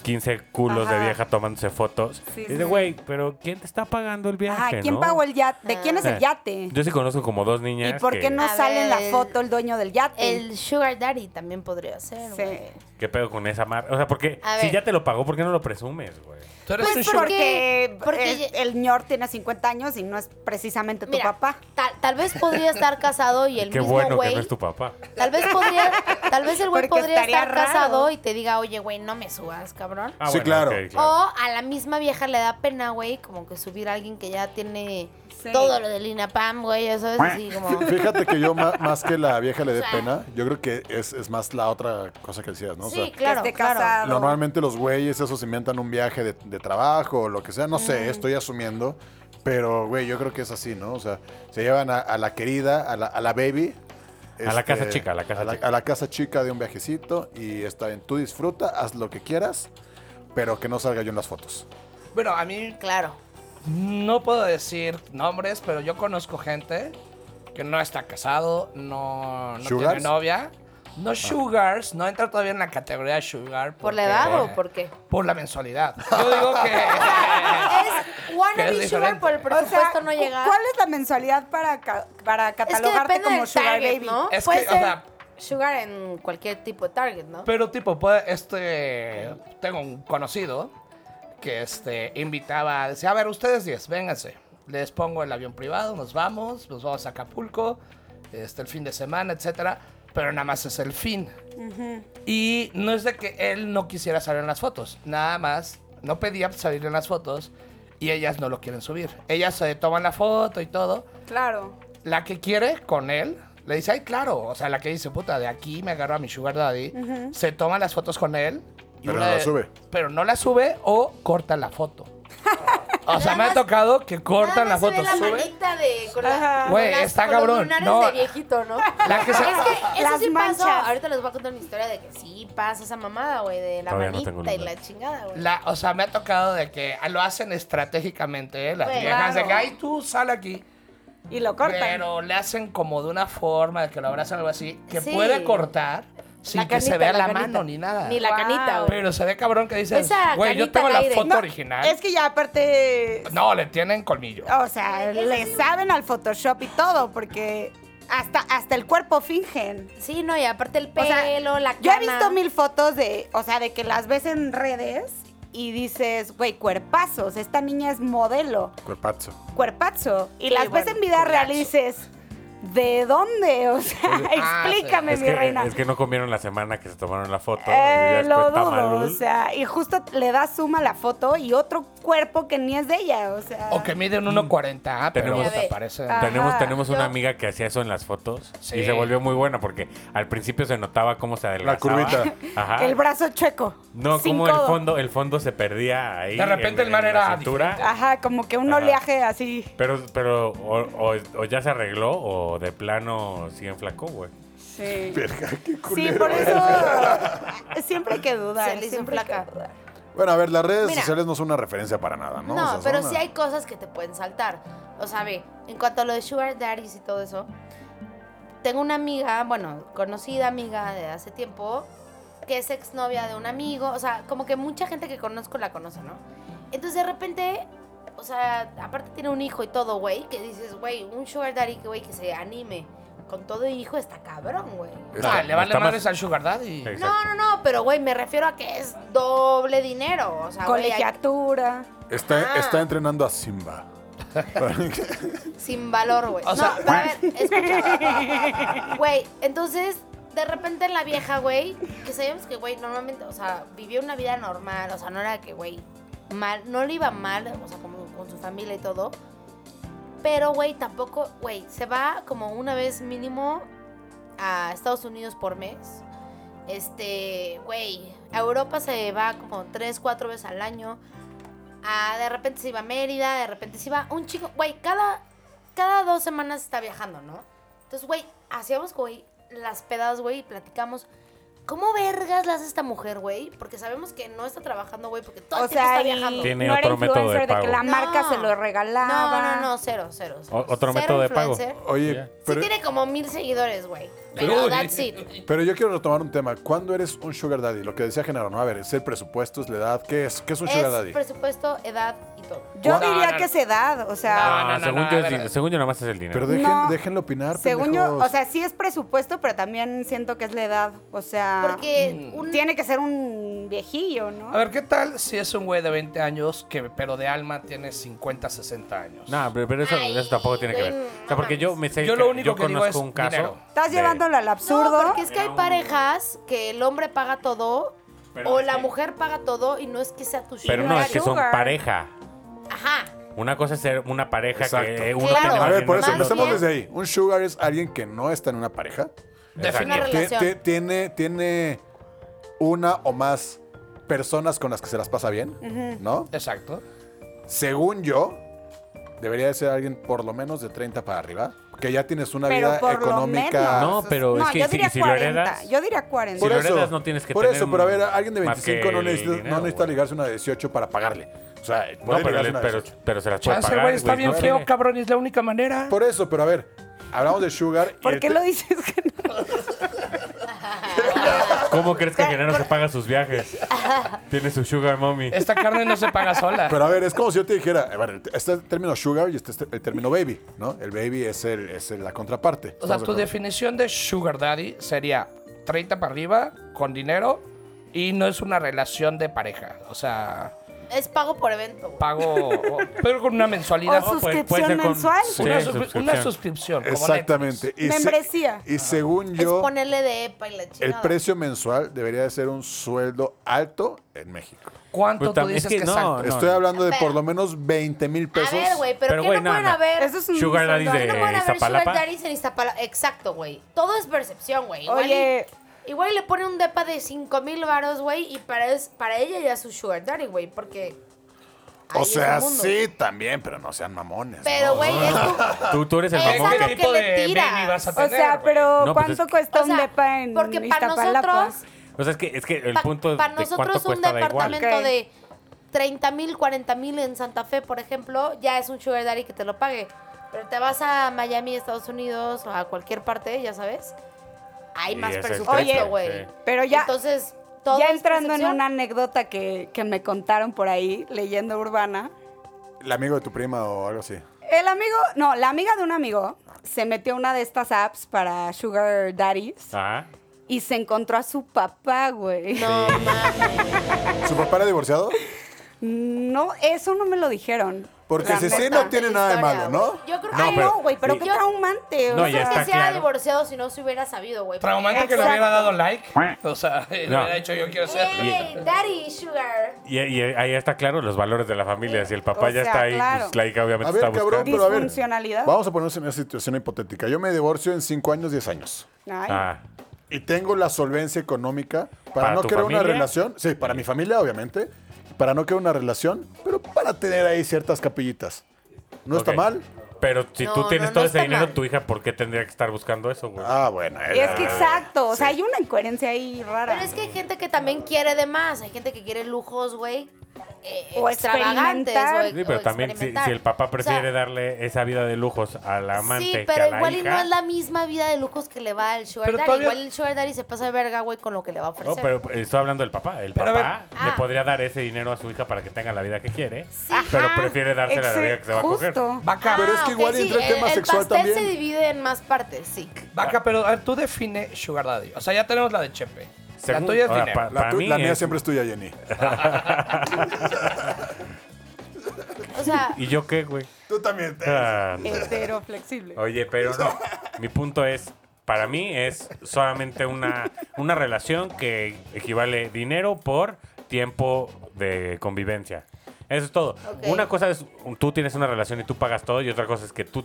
B: 15 culos de
D: Ajá.
B: vieja tomándose fotos.
D: Sí,
B: y
D: sí.
B: dice, güey, pero ¿quién te está pagando el viaje?
D: Ajá, ¿quién
B: no?"
D: pagó el yate? ¿De quién es
B: Eh,
D: el yate?
B: Yo sí conozco como dos
D: ¿Y
B: niñas.
D: por
B: que-
D: qué no
F: A
D: sale en la
F: ver, el-
D: foto el dueño del yate?
F: el Sugar Daddy también podría ser,
D: Sí.
F: güey.
B: ¿Qué pedo con esa marca? O sea, porque
F: A
B: si
F: ver.
B: ya te lo pagó, ¿por qué no lo presumes, güey?
E: Tú eres
F: Pues,
E: un
F: ¿por
E: sugar-
D: Porque,
F: Porque
D: el,
F: ye-
D: el ñor tiene 50 años y no es precisamente tu
F: Mira,
D: papá.
F: Tal, tal vez podría estar casado y el
B: qué
F: mismo
B: bueno
F: güey.
B: que no es tu papá.
F: Tal vez podría, tal vez el güey
D: Porque
F: podría
D: estaría
F: estar
D: raro.
F: casado y te diga, oye, güey, no me subas, cabrón.
B: Ah,
C: Sí, claro.
B: ok,
F: O a la misma vieja le da pena, güey, como que subir a alguien que ya tiene
D: Sí.
F: todo lo del INAPAM, güey, eso es así como...
C: Fíjate que yo, ma- más que la vieja le dé
F: O sea-
C: pena, yo creo que es, es más la otra cosa que decías, ¿no? O sea,
F: Sí, claro,
D: que esté
F: claro.
D: casado.
C: Normalmente los güeyes esos inventan un viaje de, de trabajo o lo que sea, no sé, estoy asumiendo, pero güey, yo creo que es así, ¿no? O sea, se llevan a, a la querida, a la, a la baby. este,
B: A la casa chica, a la casa chica.
C: a la casa chica de un viajecito y está bien, tú disfruta, haz lo que quieras, pero que no salga yo en las fotos.
E: Bueno, a mí
F: Claro.
E: No puedo decir nombres, pero yo conozco gente que no está casado, no, no tiene
C: ¿Sugars?
E: novia. No sugars, no entra todavía en la categoría sugar.
F: ¿Por la edad
E: porque-
F: o por qué?
E: Por la mensualidad. Yo digo que...
F: Es
E: Que es
F: wannabe sugar
E: diferente.
F: por el
E: O
D: O sea,
F: presupuesto no llegar.
D: ¿Cuál es la mensualidad para, ca- para
F: es que
D: catalogarte
F: depende
D: como
F: del
D: sugar
F: target,
D: baby? Eh,
F: ¿no?
E: Es
F: Puede
E: que, o
F: ser
E: sea-
F: sugar en cualquier tipo de target, ¿no?
E: Pero tipo, puede- este, tengo un conocido que este, invitaba, decía, a ver, ustedes 10, vénganse. Les pongo el avión privado, nos vamos, nos vamos a Acapulco, este, el fin de semana, etcétera. Pero nada más es el fin. Y no es de que él no quisiera salir en las fotos, nada más, no pedía salir en las fotos y ellas no lo quieren subir. Ellas se toman la foto y todo,
D: Claro.
E: la que quiere con él, le dice, ay, claro. O sea, la que dice, puta, de aquí me agarro a mi sugar daddy. Se toma las fotos con él.
C: Pero
E: una
C: no la
E: de-
C: sube.
E: Pero no la sube o corta la foto. o sea,
F: Nada
E: me ha
F: más-
E: tocado que cortan la
F: Nada más
E: foto.
F: Se ve la
E: sube.
F: manita de... Con la,
D: Ajá.
F: con
E: Güey,
F: las-
E: está
F: con los
E: cabrón,
F: lunares
E: no.
F: de viejito, ¿no?
E: La que se-
F: Es que eso
D: Las
F: sí pasó.
D: manchas.
F: Ahorita les voy a contar mi historia de que sí pasa esa mamada, güey, de la
B: Todavía no
F: manita
B: tengo
F: y
B: lunar.
F: la chingada, güey.
E: la- o sea, me ha tocado de que lo hacen estratégicamente, ¿eh? las
F: Güey,
E: viejas de que,
D: claro.
E: ay, tú sal aquí.
D: Y lo cortan.
E: Pero le hacen como de una forma, de que lo abrazan o algo así, que
F: Sí.
E: puede cortar sin
F: La
E: que se
F: canita,
E: vea
F: la
E: la,
F: canita.
E: mano ni nada.
F: Ni la
D: Wow.
F: canita, güey.
E: Pero se ve cabrón que dices,
F: Esa
E: güey, yo
F: carita
E: tengo
F: al
E: la
F: aire".
E: foto
D: No,
E: original.
D: Es que ya aparte.
E: No, le tienen colmillo.
D: O sea, le saben al Photoshop y todo, porque hasta, hasta el cuerpo fingen.
F: Sí, no, y aparte el
D: O
F: pelo,
D: sea,
F: la cara.
D: Yo he visto mil fotos de, o sea, de que las ves en redes y dices, güey, cuerpazos, esta niña es modelo,
C: Cuerpazo.
D: cuerpazo. Y
F: Sí,
D: las ves
F: bueno,
D: en vida real y dices, ¿De dónde? O sea,
E: Ah, sí.
D: explícame,
B: Es
D: mi
B: que,
D: reina.
B: es que no comieron la semana que se tomaron la foto. y
D: Eh,
B: después
D: lo dudo,
B: Tamalul.
D: o sea, y justo le da suma a la foto y otro cuerpo que ni es de ella, o
F: Oh.
D: sea.
E: O que miden 1.40, ah, pero
B: Tenemos-
E: luego te aparece.
D: Ah.
B: Tenemos,
D: Ajá.
B: tenemos una
F: Yo-
B: amiga que hacía eso en las fotos
E: Sí.
B: y se volvió muy buena porque al principio se notaba cómo se adelgazaba.
C: curvita.
B: Ajá.
D: El brazo chueco.
B: Ah. no,
D: sin
B: como el
D: codo.
B: fondo, el fondo se perdía ahí.
E: De repente
B: en-
E: el mar
B: en la
E: era
B: cintura.
E: diferente.
D: Ajá, como que un
B: Ajá.
D: oleaje así.
B: Pero, pero o, o- o ya se arregló o de plano sí enflacó, güey.
D: Sí.
C: Verga, qué
D: Sí,
C: culero.
D: por
B: eh.
D: eso siempre hay que dudar.
F: Se le hizo
D: siempre hay que
F: flaca. Ah,
D: dudar.
C: Bueno, a ver, las redes
F: Mira.
C: sociales no son una referencia para nada, ¿no?
F: No,
C: O sea, son
F: pero
C: una-
F: sí hay cosas que te pueden saltar. O sea, ve, en cuanto a lo de Sugar Daddies y todo eso, tengo una amiga, bueno, conocida amiga de hace tiempo, que es exnovia de un amigo. O sea, como que mucha gente que conozco la conoce, ¿no? Entonces de repente, o sea, aparte tiene un hijo y todo, güey, que dices, güey, un Sugar Daddy, que, güey, que se anime con todo hijo está cabrón, güey.
E: Ah, le vale
B: Está más-
E: madres al Sugar Daddy.
B: Sí.
F: No, no, no, pero güey, me refiero a que es doble dinero. O sea, güey, hay-
D: Colegiatura.
C: Está,
F: Ah.
C: está entrenando a Simba.
F: Sin valor, güey.
E: O
F: no,
E: sea-
F: pero a ver, escucha. Güey, entonces, de repente la vieja, güey, que sabíamos que, güey, normalmente, o sea, vivía una vida normal, o sea, no era que, güey, mal, no le iba mal, o sea, como con su familia y todo. Pero, güey, tampoco, güey, se va como una vez mínimo a Estados Unidos por mes. Este, güey, a Europa se va como tres, cuatro veces al año. Ah, de repente se iba a Mérida, de repente se iba un chico. Güey, cada, cada dos semanas está viajando, ¿no? Entonces, güey, hacíamos, güey, las pedadas, güey, y platicamos. ¿Cómo vergas las hace esta mujer, güey? Porque sabemos que no está trabajando, güey, porque todo
D: O
F: el tiempo
D: sea,
F: está viajando.
D: y
B: Tiene
D: no
B: otro
D: era
B: método de
D: influencer de, que
B: pago.
D: la marca
F: No.
D: se lo regalaba.
F: No, no, no, cero, cero. cero.
B: O- otro
F: Cero
B: método de pago.
F: influencer.
C: Oye,
B: Ya.
C: pero,
F: Sí tiene como mil seguidores, güey. Pero
E: Uy.
F: that's it.
C: pero yo quiero retomar un tema. ¿Cuándo eres un sugar daddy? Lo que decía Genaro, ¿no? A ver, es el presupuesto, es la edad. ¿Qué es, qué es un
B: pues,
C: sugar daddy?
F: Es presupuesto, edad y todo.
D: Yo
E: No,
D: diría
E: no,
D: que
E: no.
D: es edad, o sea.
E: No, no, no,
B: Ah, según,
E: no,
B: yo
E: a
B: es
E: ver.
B: di- según yo nada más es el dinero.
C: Pero dejen,
D: No.
C: déjenlo opinar,
D: Según yo,
C: pendejos.
D: o sea, sí es presupuesto, pero también siento que es la edad. O sea,
F: Porque un...
D: tiene que ser un viejillo, ¿no?
E: A ver, ¿qué tal si es un güey de 20 años, que, pero de alma tiene 50, 60 años?
B: No, pero, pero eso,
F: Ay,
B: eso tampoco tiene que ver.
F: güey,
B: O sea, porque
F: no
B: yo
F: mames.
B: me sé
E: Yo lo único
B: yo
E: que digo
B: conozco
E: es
B: un caso.
E: dinero.
D: Estás
B: de-
D: llevándolo al absurdo.
F: No, porque es que hay parejas que el hombre paga todo
B: Pero
F: o
B: es
F: la
B: que-
F: mujer paga todo y no es que sea tu
B: Pero
F: sugar
B: no, es que son
D: Sugar.
B: pareja.
F: Ajá.
B: Una cosa es ser una pareja
C: Exacto.
B: que uno
F: Claro.
B: tiene
C: A
B: más
C: ver,
B: dinero que
C: por eso
B: el otro.
C: empecemos
F: bien.
C: desde ahí. Un sugar es alguien que no está en una pareja.
B: Exacto.
E: Definitivamente.
C: Tie-
F: Relación.
C: tie- tiene, tiene una o más personas con las que se las pasa bien, ¿no?
E: Exacto.
C: Según yo, debería de ser alguien por lo menos de 30 para arriba, que ya tienes una
D: pero
C: vida
D: por
C: económica.
D: lo
B: No,
D: menos.
B: pero es que
D: yo
B: si-
D: diría
B: si lo
D: 40.
B: heredas-
D: yo diría 40.
B: Si
C: Por
B: lo
C: eso,
B: heredas no tienes que
C: por
B: tener
C: eso, pero a ver, alguien de
B: más
C: 25
B: que
C: no
B: el
C: necesita,
B: dinero,
C: no necesita
B: güey.
C: ligarse una de 18 para pagarle. O sea,
B: No,
C: puede
B: pero,
C: ligarse
B: le-
C: una de
B: pero,
C: 18.
B: pero se las puede
E: Chance,
B: pagar.
E: güey, está
B: güey,
E: bien
B: no
E: feo,
B: tiene-
E: cabrón, y es la única manera.
C: Por eso, pero a ver, hablamos de sugar. y
D: ¿Por
C: el
D: qué
C: te-
D: lo dices que no?
B: ¿Cómo crees que Genaro se paga sus viajes? Tiene su sugar mommy.
E: Esta carne no se paga sola.
C: Pero a ver, es como si yo te dijera, a ver, este es el término sugar y este es el término baby, ¿no? El baby es, el, es el- la contraparte.
E: o sea,
C: ¿Estamos de
E: tu
C: acuerdo?
E: definición de sugar daddy sería 30 para arriba, con dinero, y no es una relación de pareja. O sea,
F: Es pago por evento. güey.
E: pago, o- pero con una mensualidad.
D: O
B: No, puede-
D: suscripción
B: puede ser con-
D: mensual.
B: sí,
E: una, suscri-
B: suscripción.
E: una suscripción. como
C: Exactamente. Y se-
D: Membresía.
C: y según
F: Es
C: yo,
F: ponerle de EPA y la
C: el
F: chingada.
C: precio mensual debería de ser un sueldo alto en México.
E: Netflix. ¿Cuánto
B: Pues
E: tú
B: también es
E: dices
B: que
E: que, es
B: no,
E: alto?
B: no,
C: Estoy hablando de
F: Espera.
C: por lo menos 20 mil pesos.
F: A ver, güey, pero,
B: Pero,
F: ¿qué
B: güey,
F: no
B: no,
F: pueden
B: no.
F: haber?
D: Eso es un
B: Sugar
D: sueldo.
B: daddy
F: ¿Qué no
B: de
F: pueden haber
B: Iztapalapa?
F: sugar daddies en Iztapalapa? Exacto, güey. Todo es percepción, güey. Igual
D: Oye.
F: y- Igual y le pone un depa de 5 mil varos, güey, y para, es, para ella ya es su sugar daddy, güey, porque... ahí
C: o
F: es
C: sea,
F: el mundo.
C: sí, también, pero no sean mamones.
F: Pero,
C: ¿no?
F: güey, es tu-
B: Tú, tú eres el
F: Esa
B: mamón
F: no
B: que...
F: que le tiras.
E: vas a
D: O
E: tener,
D: sea,
E: güey?
D: pero
B: No, pues
D: ¿cuánto
B: es que-
D: cuesta
F: O sea,
D: un depa en
F: porque para
D: Iztapalapa?
F: nosotros-
B: O sea, es que, es que el
F: Pa-
B: punto
F: para
B: de cuánto
F: nosotros un
B: cuesta da igual.
F: departamento
D: Ok.
F: de 30 mil, 40 mil en Santa Fe, por ejemplo, ya es un sugar daddy que te lo pague. Pero te vas a Miami, Estados Unidos o a cualquier parte, ya sabes, hay
B: Y
F: más
B: es el
F: presupuesto,
D: precio,
F: güey.
B: sí.
D: Pero ya,
F: Entonces, todo
D: ya
F: es
D: entrando en
F: percepción.
D: una anécdota que, que me contaron por ahí, leyendo urbana.
C: El amigo de tu prima o algo así.
D: El amigo, no, la amiga de un amigo se metió a una de estas apps para Sugar Daddies
B: Ajá.
D: y se encontró a su papá, güey.
F: No, mames.
C: ¿Su papá era divorciado?
D: No, eso no me lo dijeron.
C: Porque
D: La
C: si sí
D: neta.
C: no tiene nada de malo, ¿no?
F: Yo creo
B: No,
D: Ay,
F: que
B: pero-
D: no, güey, pero
B: sí.
D: qué
B: Yo-
D: traumante. o
B: No,
D: sea,
B: ya
F: creo
B: está
F: que si era
B: claro.
F: divorciado si no se hubiera sabido, güey.
E: Traumante que le
D: Exacto.
E: hubiera dado like. O sea, le
B: No.
E: hubiera dicho yo quiero ser.
F: Hey, daddy, sugar.
B: Y, y ahí está claro los valores de la familia. Si el papá
D: O
B: ya
D: sea,
B: está ahí,
D: claro.
B: pues la hija
C: A
B: obviamente
C: ver,
B: está
C: cabrón,
B: buscando.
C: pero a ver.
D: Disfuncionalidad.
C: Vamos a ponernos en una situación hipotética. Yo me divorcio en 5 años, 10 años.
D: Ay,
B: Ah,
C: Y tengo la solvencia económica para,
B: ¿Para
C: no
B: tu
C: crear una
B: familia?
C: relación. Sí, para mi familia, obviamente. Para no crear una relación, pero para tener ahí ciertas capillitas. No está
B: ok.
C: mal.
B: Pero si
F: No,
B: tú
F: no,
B: tienes
F: no
B: todo
F: está
B: ese dinero,
F: mal.
B: tu hija, ¿por qué tendría que estar buscando eso, güey?
C: Ah, bueno. eh,
D: Es que exacto, o sea, hay una incoherencia ahí rara.
F: Pero es que hay gente que también quiere de más. Hay gente que quiere lujos, güey. eh,
D: O
F: extravagantes,
D: experimentar.
F: güey,
B: Sí,
F: o
B: pero también si,
F: experimentar.
B: si el papá
F: O sea,
B: prefiere darle esa vida de lujos al amante
F: Sí,
B: que a
F: pero
B: la
F: igual y
B: hija,
F: no es la misma vida de lujos que le va al sugar
E: Pero
F: daddy.
E: todavía-
F: Igual el sugar daddy se pasa de verga, güey, con lo que le va a
B: No,
F: ofrecer.
B: Oh, pero eh, estoy hablando del papá. El
E: Pero a
B: papá
F: ver-
B: le
F: Ah.
B: podría dar ese dinero a su hija para que tenga la vida que quiere,
D: Ajá,
B: pero prefiere dársela a la
D: exe-
B: vida que se va a coger.
D: Justo.
E: Vaca,
C: Pero es que
F: Ah, ok,
C: igual entra el tema
F: el
C: sexual
F: pastel
C: también.
F: se divide en más partes, sí.
E: vaca, pero a ver, tú define Sugar Daddy. O sea, ya tenemos la de Chepe.
B: Según-
E: la tuya es
B: ahora,
E: dinero.
B: pa-
C: La,
B: para
C: tu-
B: mí
C: la mía
B: es-
C: siempre es tuya, Jenny.
F: O sea,
B: ¿Y yo qué, güey?
C: Tú también. te-
B: Ah,
D: Hetero flexible.
B: Oye, pero no. Mi punto es, para mí es solamente una, una relación que equivale dinero por tiempo de convivencia. Eso es todo.
F: Ok.
B: Una cosa es, tú tienes una relación y tú pagas todo, y otra cosa es que tú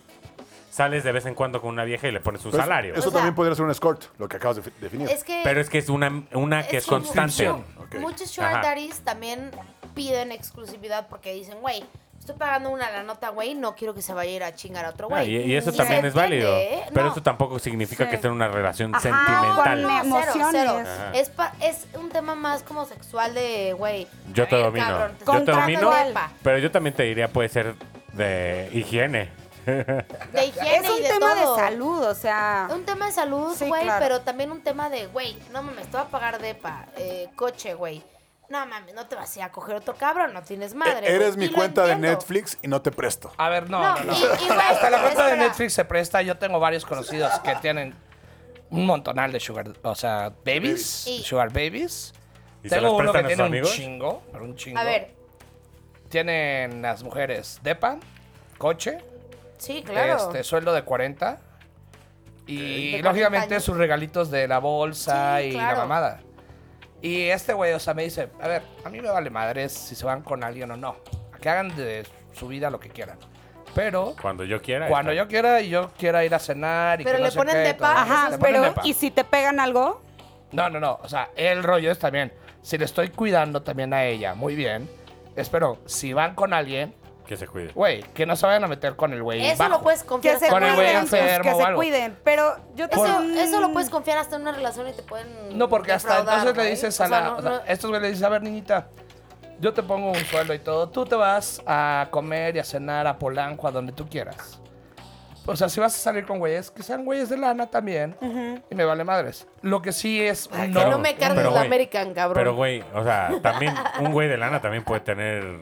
B: sales de vez en cuando con una vieja y le pones un
C: Pues,
B: salario.
C: Eso
F: O sea-
C: también podría ser un escort, lo que acabas de fi- definir.
F: es que...
B: Pero es que es una, una que es,
F: que mu-
B: constante.
E: Función.
F: mu-
C: Ok.
F: Muchos sugar
B: Ajá.
F: daddies también piden exclusividad porque dicen, güey, estoy pagando una la nota, güey, no quiero que se vaya a ir a chingar a otro
B: Ah,
F: güey.
B: y, y eso
F: se
B: también es válido.
F: entiende, ¿eh?
B: Pero
F: No.
B: eso tampoco significa
D: Sí.
B: que sea una relación
D: Ajá,
B: sentimental.
D: con emociones.
B: Ajá.
F: Es, pa- es un tema más como sexual de, güey.
B: Yo te
F: a ver,
B: domino.
F: cabrón,
B: yo te
F: estoy
B: domino.
F: tratando de-
B: Pero yo también te diría, puede ser de higiene.
F: De higiene
D: Es un
F: y de
D: tema
F: todo.
D: de salud, o sea.
F: Un tema de salud,
D: Sí,
F: güey,
D: claro.
F: pero también un tema de, güey, no mames, te voy a pagar depa, eh, coche, güey. No mames, no te vas a ir a coger otro cabrón, no tienes madre.
C: E- Eres
F: güey.
C: mi
F: Y lo
C: cuenta de
F: entiendo.
C: Netflix y no te presto.
B: Ah,
E: A ver, no,
F: No,
E: no, no.
F: y- y, güey,
E: Hasta la cuenta de
F: espera.
E: Netflix se presta. Yo tengo varios conocidos que tienen un montonal de sugar, o sea, babies,
F: Y-
E: sugar babies.
B: ¿Y se las
E: Tengo uno que
B: prestan a sus
E: tiene un
B: amigos?
E: chingo, pero un chingo.
F: A ver,
E: Tienen las mujeres depa, coche,
F: sí, claro.
E: este, sueldo de 40 y
F: De 40
E: lógicamente
F: años.
E: sus regalitos de la bolsa
F: Sí,
E: y
F: claro.
E: la mamada. Y este güey, o sea, me dice, a ver, a mí me vale madres si se van con alguien o no. Que hagan de su vida lo que quieran. Pero
B: Cuando yo quiera.
E: cuando
B: está.
E: yo quiera y yo quiera ir a cenar y
F: Pero
E: que no
F: le
E: sé
F: ponen
E: qué,
F: de
E: todo,
F: pa-
D: Ajá,
E: le ponen de
D: pero
E: pa.
D: ¿y si te pegan algo?
E: No, no, no. O sea, el rollo es también, si le estoy cuidando también a ella, muy bien. Espero, si van con alguien,
B: Que se cuide.
E: güey, que no se vayan a meter con el güey
F: Eso
E: bajo.
F: lo puedes confiar
D: Que se
F: hasta
E: Con
F: en
E: el
F: una
E: güey
D: cuiden, pues,
F: relación.
E: enfermo
D: que
E: o
D: se
E: algo.
D: cuiden. Pero yo
F: Eso,
D: también-
F: eso lo puedes confiar hasta en una relación y te pueden.
E: No, porque hasta
F: defraudar,
E: entonces le
F: güey.
E: dices
F: O
E: a
F: sea,
E: la.
F: no-
E: o sea,
F: no-
E: estos güeyes le dices, a ver, niñita, yo te pongo un sueldo y todo. Tú te vas a comer y a cenar a Polanco, a donde tú quieras. O sea, si vas a salir con güeyes, que sean güeyes de lana también. Y me vale madres. Lo que sí es.
F: Ay,
E: no,
F: que no me cargues
B: Pero,
F: la
B: güey,
F: American, cabrón.
B: Pero, güey, o sea, también un güey de lana también puede tener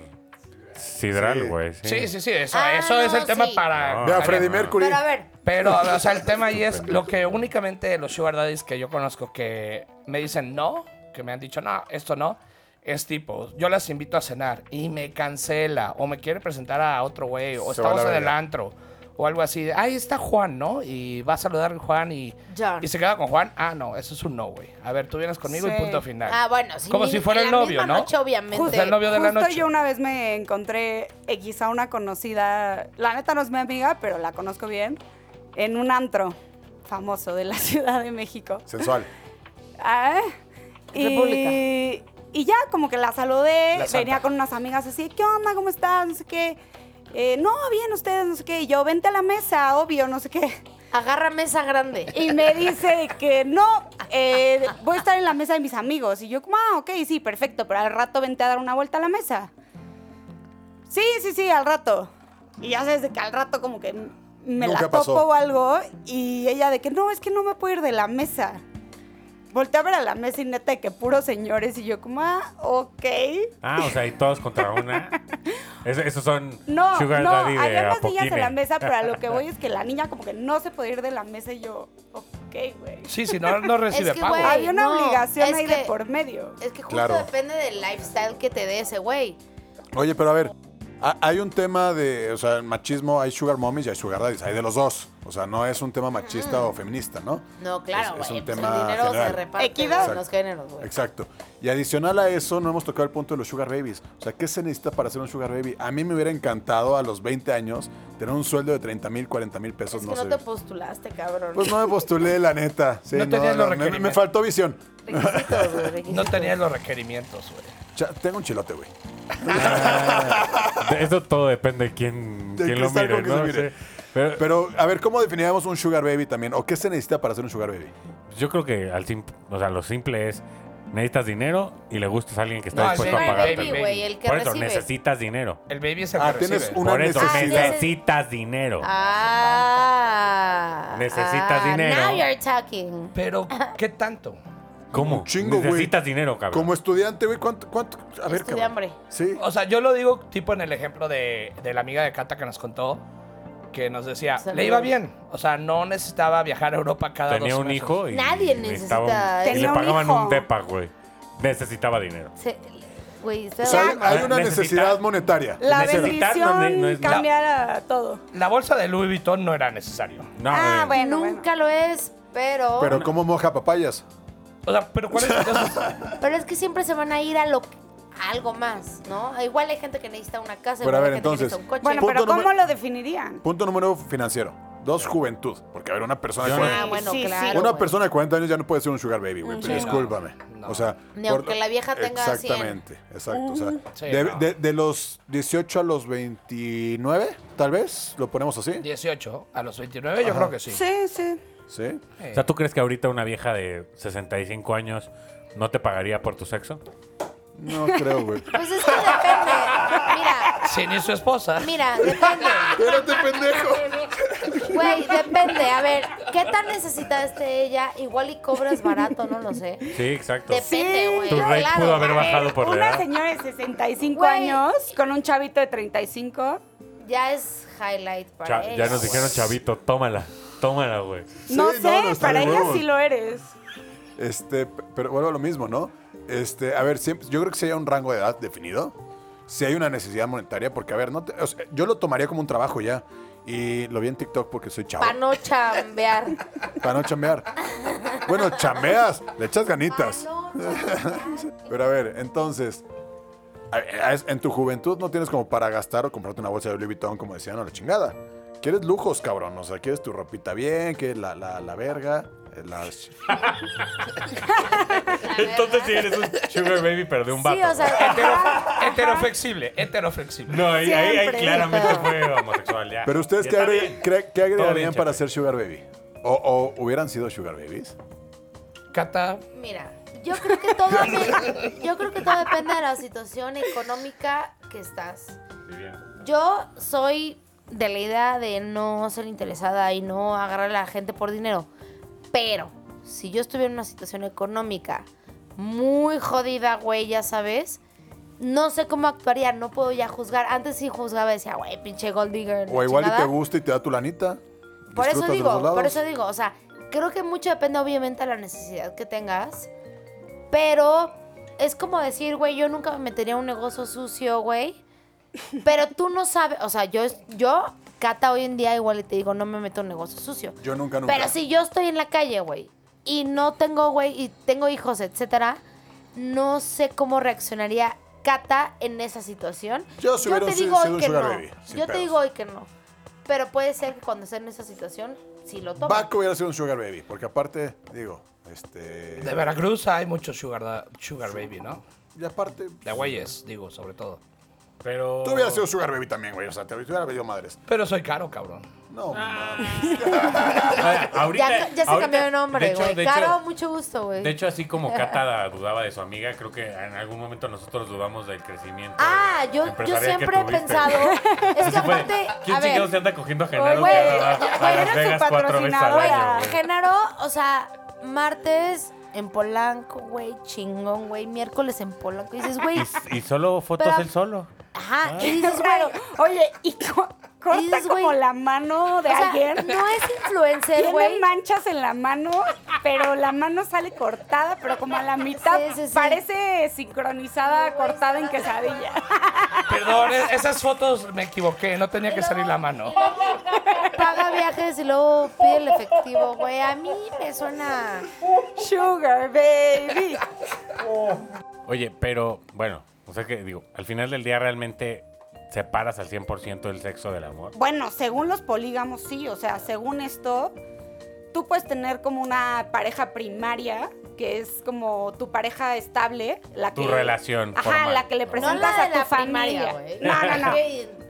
B: sidral,
C: Sí. Ah,
B: güey.
E: Sí, sí, sí. Eso,
F: Ah,
E: eso es
F: no,
E: el tema
F: sí.
E: para.
B: No,
C: Vea,
E: para-
C: Freddie Mercury.
F: Pero a ver,
E: Pero, o sea, el tema ahí es lo que únicamente los sugar daddies que yo conozco que me dicen no, que me han dicho no, esto no, es tipo, yo las invito a cenar y me cancela o me quiere presentar a otro güey o
C: Se va
E: estamos
C: la
E: en el
C: verga.
E: antro o algo así. de, Ahí está Juan, ¿no? Y va a saludar a Juan y,
F: John.
E: y se queda con Juan. Ah, no, eso es un no, güey. A ver, tú vienes conmigo y
D: Sí.
E: punto final.
F: Ah, bueno, sí.
E: Como
F: ni-
E: si fuera
F: en
E: el
F: la
E: novio,
F: misma
E: ¿no?
F: noche, obviamente.
E: Justo el novio de la
D: Justo
E: noche.
D: yo una vez me encontré eh, quizá una conocida, la neta no es mi amiga, pero la conozco bien, en un antro famoso de la Ciudad de México.
C: Sensual.
D: Ah, y, y ya, como que la saludé,
E: La santa.
D: venía con unas amigas así, ¿qué onda? ¿Cómo estás? No sé qué. Eh, no, bien, ustedes, no sé qué. Y yo, vente a la mesa, obvio, no sé qué.
F: Agárrame esa grande.
D: Y me dice que no, eh, voy a estar en la mesa de mis amigos. Y yo, como, ah, ok, sí, perfecto, pero al rato vente a dar una vuelta a la mesa. Sí, sí, sí, al rato. Y ya sabes de que al rato como que me la
C: Nunca
D: topo
C: pasó.
D: o algo. Y ella de que no, es que no me puedo ir de la mesa. Volté a ver a la mesa y neta de que puros señores. Y yo, como, ah, ok.
B: Ah, o sea, y todos contra una. Es- esos son
D: No,
B: sugar
D: no,
B: daddy de
D: había unas niñas en
B: apoquine.
D: la mesa, pero a lo que voy es que la niña como que no se puede ir de la mesa. Y yo, ok, güey.
E: Sí, si no, no recibe
F: que,
E: pago.
F: güey,
D: Había una
F: no,
D: obligación
F: es
D: ahí
F: que-
D: de por medio.
F: Es que justo
C: Claro.
F: depende del lifestyle que te dé ese güey.
C: Oye, pero a ver, ha- hay un tema de, o sea, en machismo, hay sugar mommies y hay sugar daddies, hay de los dos. O sea, no es un tema machista o feminista, ¿no?
F: No, claro,
C: Es- es
F: güey.
C: un
F: pues,
C: tema
F: el dinero
C: general.
F: se reparte
D: Equidad.
F: güey, en los géneros, güey.
C: Exacto. Y adicional a eso, no hemos tocado el punto de los sugar babies. O sea, ¿qué se necesita para ser un sugar baby? A mí me hubiera encantado a los 20 años tener un sueldo de 30 mil, 40 mil
F: Es
C: pesos.
F: que
C: no
F: no
C: sé.
F: te postulaste, cabrón.
C: Pues no me postulé, la neta. Sí,
E: No tenías los
C: me- me,
E: requerimientos.
C: faltó visión.
F: Requisitos, güey,
E: No
F: requisitos.
E: tenías los requerimientos, güey.
C: Cha- tengo un chilote, güey.
B: Eso todo depende de quién,
C: De
B: quién lo
C: cristal
B: mire,
C: con que se
B: ¿no?
C: mire.
B: Sí. Pero,
C: Pero, a ver, ¿cómo definíamos un sugar baby también? ¿O qué se necesita para ser un sugar baby?
B: yo creo que al sim- o sea, lo simple es necesitas dinero y le gustas a alguien que está
E: No,
B: dispuesto
E: sí,
B: a
E: baby,
B: pagarte.
E: baby,
F: güey, el que
B: Por eso
F: recibe.
B: necesitas dinero.
E: El baby es el
C: Ah,
E: que
C: tienes
E: recibe.
C: una
B: Por eso
C: necesidad.
B: necesitas dinero.
F: Ah.
B: Necesitas
F: ah,
B: dinero.
F: Now you're talking.
E: Pero, ¿qué tanto?
B: ¿Cómo?
C: Un chingo, güey.
B: necesitas dinero, cabrón.
C: Como estudiante, güey, ¿cuánto? cuánto? A ver,
F: Estudia
C: cabrón.
F: hambre.
C: Sí.
E: O sea, yo lo digo tipo en el ejemplo de, de la amiga de Cata que nos contó, que nos decía,
F: Saludos.
E: le iba bien. O sea, no necesitaba viajar a Europa cada
B: Tenía
E: dos
B: un
E: meses.
B: hijo y
F: Nadie
B: necesitaba
F: necesita
B: un-
D: eso.
B: y
D: Tenía
B: le
D: un
B: pagaban
D: hijo.
B: un depa, güey. Necesitaba dinero.
F: Se- Güey, se
C: O sea, hay-
F: va-
C: hay,
B: Ah,
C: una
B: necesita-
C: necesidad monetaria.
D: La
B: Necesitar
D: bendición
B: no es- no es- no.
D: cambiará todo.
E: La bolsa de Louis Vuitton no era necesario.
B: No,
D: Ah,
B: eh,
D: bueno,
F: Nunca lo es, pero, pero.
C: Pero ¿cómo moja papayas?
E: O sea, pero ¿cuál es el caso?
F: es que siempre se van a ir a lo a algo más, ¿no? Ah, Igual hay gente que necesita una casa,
C: Pero a
F: igual
C: ver,
F: hay gente que
C: entonces,
F: necesita un coche.
D: Bueno,
C: Punto
D: pero ¿cómo
C: número-
D: lo definirían?
C: Punto número financiero. Dos, juventud. Porque, a ver, una persona de
B: Yo no-
C: cuarenta-
F: ah, bueno,
D: Sí, sí.
F: claro.
C: Una
F: güey. Mm,
C: persona de 40 años ya no puede ser un sugar baby, güey. pero
E: no.
C: discúlpame.
E: No.
C: O sea,
F: Ni aunque la vieja tenga cien.
C: Exactamente, exacto. o sea,
E: Sí,
C: de,
E: no.
C: de- de los 18 a los 29, tal vez, lo ponemos así.
E: 18, a los 29 yo creo que sí.
D: Sí, sí.
C: Sí.
B: O sea, ¿tú crees que ahorita una vieja de 65 años no te pagaría por tu sexo?
C: No creo, güey.
F: Pues es que depende. Mira,
E: Sí, ni su esposa.
F: mira, depende.
C: Espérate, pendejo.
F: Güey, depende. A ver, ¿qué tan necesita esté ella? Igual y cobras barato, no lo sé.
B: Sí, exacto.
F: Depende, güey.
B: Tu rate
F: claro.
B: pudo haber
F: A ver,
B: bajado por la
D: Una
B: edad.
D: señora de 65
F: Güey.
D: años con un chavito de 35.
F: Ya es highlight para
B: Cha-
F: ella.
B: ya nos
F: güey.
B: dijeron, chavito, tómala, tómala, güey.
D: no
C: Sí,
D: sé,
C: no, no, está
D: para
C: de
D: ella
C: huevos.
D: sí lo eres.
C: Este, p- pero vuelvo a lo mismo, ¿no? Este, a ver, siempre, yo creo que si hay un rango de edad definido, si hay una necesidad monetaria, porque, a ver, no te- o sea, yo lo tomaría como un trabajo ya. Y lo vi en TikTok porque soy chavo.
F: Para no chambear.
C: Para no chambear. Bueno, chambeas, le echas ganitas.
F: Pa' Ah, no chambear.
C: Pero a ver, entonces, a- a- es- en tu juventud no tienes como para gastar o comprarte una bolsa de Louis Vuitton, como decían, a la chingada. Quieres lujos, cabrón. O sea, quieres tu ropita bien, que la, la, la verga. eh, las-
B: Entonces sí eres un sugar baby, pero de un vato.
F: Sí, o sea,
E: Hetero- heteroflexible, heteroflexible.
B: No, ahí, ahí, ahí
F: Siempre.
B: claramente fue homosexual ya.
C: Pero ustedes,
B: Ya
C: ¿qué,
B: está
C: agre-
B: bien.
C: cre- qué
B: Todo
C: agregarían
B: bien,
C: para
B: Chepe.
C: ser sugar baby? O, o hubieran sido sugar babies?
E: Cata,
F: Mira, yo creo que todo de- yo creo que todo depende de la situación económica que estás. Yo soy de la idea de no ser interesada y no agarrar a la gente por dinero. Pero si yo estuviera en una situación económica muy jodida, güey, ya sabes, no sé cómo actuaría, no puedo ya juzgar. Antes sí juzgaba, decía, güey, pinche gold digger.
C: O
F: la
C: igual y te
F: chingada.
C: gusta y te da tu lanita.
F: Por
C: disfrutas
F: eso
C: de los
F: digo,
C: dos lados.
F: por eso digo, o sea, creo que mucho depende obviamente de la necesidad que tengas, pero es como decir, güey, yo nunca me metería en un negocio sucio, güey, pero tú no sabes, o sea, yo, yo, Cata, hoy en día igual y te digo, no me meto en un negocio sucio.
C: Yo nunca, nunca.
F: Pero si yo estoy en la calle, güey, y no tengo, güey, y tengo hijos, etcétera, no sé cómo reaccionaría Cata en esa situación.
C: Yo si hubiera
F: te
C: sido-
F: digo
C: sido
F: hoy
C: un
F: que no.
C: sugar baby, sin
F: yo te
C: pedos.
F: digo hoy que no. Pero puede ser que cuando esté en esa situación, si lo tomo.
C: Baco hubiera sido un sugar baby. Porque aparte, digo, este...
E: de Veracruz hay muchos sugar, da- sugar baby, ¿no?
C: Y aparte...
E: De güeyes, digo, sobre todo.
B: Pero.
C: Tú hubieras sido sugar baby también, güey. O sea, te hubiera pedido madres.
E: Pero soy caro, cabrón.
C: No,
B: Ah, ahorita-
F: ya, ya se
B: ahorita-
F: cambió de nombre,
B: hecho,
F: güey.
B: de
F: Caro,
B: hecho-
F: mucho gusto, güey.
B: De hecho, así como Cata dudaba de su amiga, creo que en algún momento nosotros dudamos del crecimiento. em-,
F: Ah, yo, yo
B: empresarial que
F: siempre he
B: tuviste.
F: pensado. es que
B: Sí, fue,
F: aparte.
B: ¿Quién
F: a ver,
B: chingados se anda cogiendo a Genaro
D: Güey,
B: que va
D: güey,
B: a
D: era
B: Las Vegas cuatro
D: su
B: veces al
D: patrocinadora.
B: año?
F: Güey,
B: güey?
F: Genaro, o sea, martes en Polanco, güey, chingón, güey, miércoles en Polanco. Y dices, güey,
B: Y, y solo fotos
F: Pero-
B: él solo.
F: ajá, y dices,
D: Claro.
F: güey.
D: Oye, y co- corta
F: Dices, güey,
D: como la mano de
F: o sea,
D: ayer.
F: no es influencer,
D: Tiene
F: güey.
D: manchas en la mano, pero la mano sale cortada, pero como a la mitad
F: Sí, sí, sí.
D: parece sincronizada,
F: No, güey,
D: cortada en
F: está-
D: quesadilla.
E: Perdón, e- esas fotos me equivoqué, no tenía que salir la mano.
F: Paga viajes y luego pide el efectivo, güey. A mí me suena.
D: Sugar baby.
B: Oye, pero bueno, o sea que digo, al final del día realmente separas al 100% el sexo del amor.
D: Bueno, según los polígamos, sí. O sea, según esto, tú puedes tener como una pareja primaria, que es como tu pareja estable. La
B: Tu
D: que,
B: relación
D: Ajá,
B: formal.
D: la que le
B: No
D: presentas a tu familia.
F: güey.
D: no, no, no.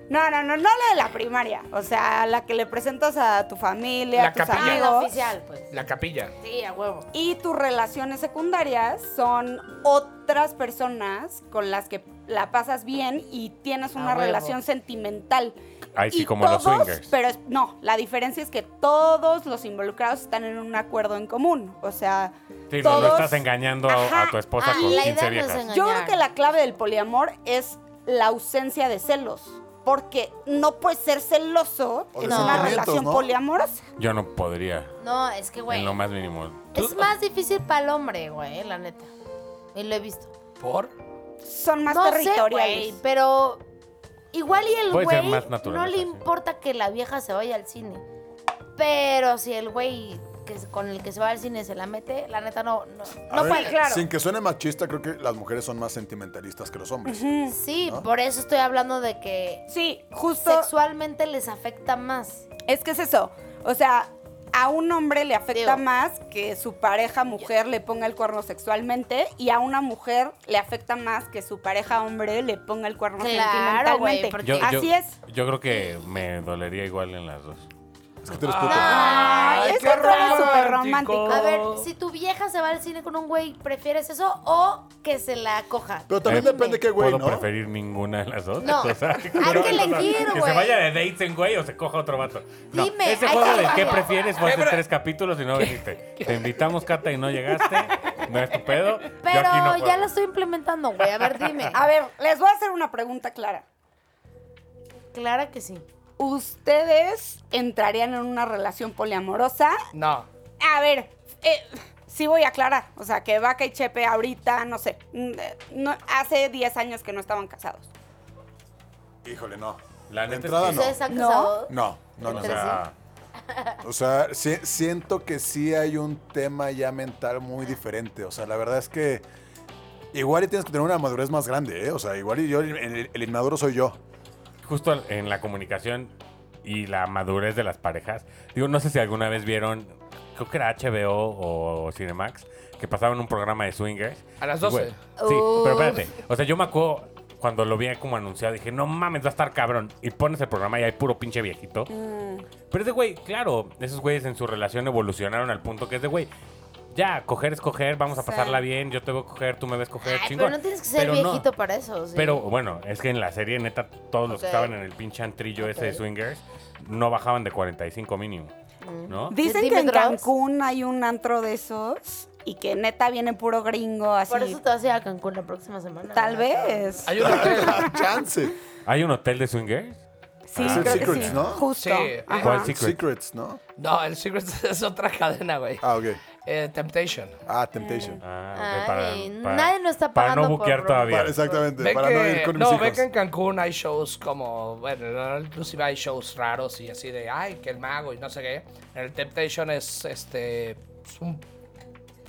D: No, no, no, no la de la primaria. O sea, la que le presentas a tu familia,
E: La
D: a tus
E: capilla.
F: Ah, la
D: amigos.
F: oficial, pues.
E: La capilla.
F: Sí, a huevo.
D: Y tus relaciones secundarias son otras personas con las que la pasas bien y tienes una
F: huevo.
D: relación sentimental.
B: Ahí sí,
D: Y
B: como los
D: todos-
B: swingers.
D: Pero es- no, la diferencia es que todos los involucrados están en un acuerdo en común. O sea,
B: Sí, no,
D: todos...
B: no estás engañando a, a tu
D: Ajá,
B: esposa
F: ah,
B: con
F: la
B: 15
F: idea no es
B: viejas.
F: engañar.
D: Yo creo que la clave del poliamor es la ausencia de celos. Porque no puedes ser celoso
C: O
D: en
F: de
D: una
C: sentimientos,
D: relación
C: ¿no?
D: poliamorosa.
B: Yo no podría,
F: No, es que, güey.
B: en lo más mínimo.
F: Es más difícil para el hombre, güey, la neta. Y lo he visto.
E: ¿Por?
D: Son más
F: no sé,
D: territoriales.
F: güey, pero igual y el
B: Puede ser
F: güey
B: más natural,
F: no le
B: así.
F: importa que la vieja se vaya al cine. Pero si el güey que es- con el que se va al cine se la mete, la neta no no,
C: A
F: no
C: ver,
F: puede.
C: Sin que suene machista, creo que las mujeres son más sentimentalistas que los hombres.
F: Sí, por eso estoy hablando de que
D: Sí, justo.
F: sexualmente les afecta más.
D: Es que es eso. O sea, a un hombre le afecta
F: Digo.
D: más que su pareja mujer le ponga el cuerno sexualmente y a una mujer le afecta más que su pareja hombre le ponga el cuerno
F: Claro,
D: sentimentalmente.
F: güey, porque-
B: Yo,
D: Así
B: yo-
D: es.
B: Yo creo que me dolería igual en las dos.
C: Es que tú eres puto.
F: Ah.
D: es que tú eres súper romántico.
F: A ver, si tu vieja se va al cine con un güey, ¿prefieres eso o que se la coja?
C: Pero también
B: Eh,
C: depende qué güey,
B: ¿Puedo
C: ¿no?
B: preferir ninguna de las dos?
F: No,
B: O sea,
F: hay que elegir,
B: Que se
F: güey.
B: vaya de dates en güey o se coja otro vato. No,
F: Dime,
B: ese
F: hay
B: juego
F: que
B: del qué
F: elegir.
B: prefieres fue
E: Eh,
B: hace
E: pero-
B: tres capítulos y no viniste. Te invitamos, Cata, y no llegaste. No es tu pedo. Yo
F: Pero
B: aquí no
F: ya
B: puedo.
F: lo estoy implementando, güey. A ver, dime.
D: A ver, les voy a hacer una pregunta clara.
F: Clara que sí.
D: ¿Ustedes entrarían en una relación poliamorosa?
E: No.
D: A ver, eh, sí voy a aclarar. O sea, que Vaca y Chepe ahorita, no sé, mm, eh, no- hace 10 años que no estaban casados.
C: Híjole, no.
B: La
C: De
B: neta es
C: entrada,
B: que-
C: no.
F: ¿Ustedes han
D: No.
F: casado?
C: No, no, no.
B: O sea,
C: O sea, si- siento que sí hay un tema ya mental muy diferente. O sea, la verdad es que igual y tienes que tener una madurez más grande, ¿eh? O sea, igual y yo, el, el- el inmaduro soy yo.
B: justo en la comunicación y la madurez de las parejas. Digo, no sé si alguna vez vieron, creo que era HBO o Cinemax, que pasaban un programa de swingers.
E: A las
B: Y, güey,
E: 12.
B: Sí, pero espérate. O sea, yo me acuerdo cuando lo vi como anunciado, dije, no mames, va a estar cabrón. Y pones el programa y hay puro pinche viejito.
F: Mm.
B: Pero ese güey, claro, esos güeyes en su relación evolucionaron al punto que es de güey. Ya, coger es coger, vamos a
F: Sí.
B: pasarla bien, yo te voy a coger, tú me ves coger,
F: Ay,
B: chingón.
F: pero no tienes que ser
B: Pero no.
F: viejito para eso. sí.
B: Pero bueno, es que en la serie, neta, todos los que
F: Ok.
B: estaban en el pinche antrillo ese de
F: Ok.
B: swingers no bajaban de 45 mínimo.
F: Mm.
B: ¿No?
D: Dicen que
F: Dime
D: en
F: drogas.
D: Cancún hay un antro de esos y que neta viene puro gringo así.
F: Por eso te vas a ir a Cancún la próxima semana.
D: Tal
F: ¿verdad?
D: vez.
E: Hay un hotel.
C: Chance.
B: ¿Hay un hotel de swingers?
D: Sí,
C: Ah,
D: creo que
C: Secrets,
D: sí.
C: ¿no?
D: Justo.
E: Sí.
D: Ajá.
B: ¿Cuál sí? Secret.
C: Secrets, ¿no?
E: No, el Secret es otra cadena, güey.
C: Ah, ok.
E: Eh, Temptation.
C: Ah, Temptation.
F: Eh.
B: Ah, ok,
F: Ay, nadie no está
B: Para no
F: pagando por
B: buquear
F: Roma.
B: todavía.
C: Pa- exactamente,
E: Ven
C: para
E: que,
C: no ir con mis
E: no, ven
C: hijos.
E: que en Cancún hay shows como, bueno, inclusive hay shows raros y así de, ay, que el mago y no sé qué. En el Temptation es, este, es un,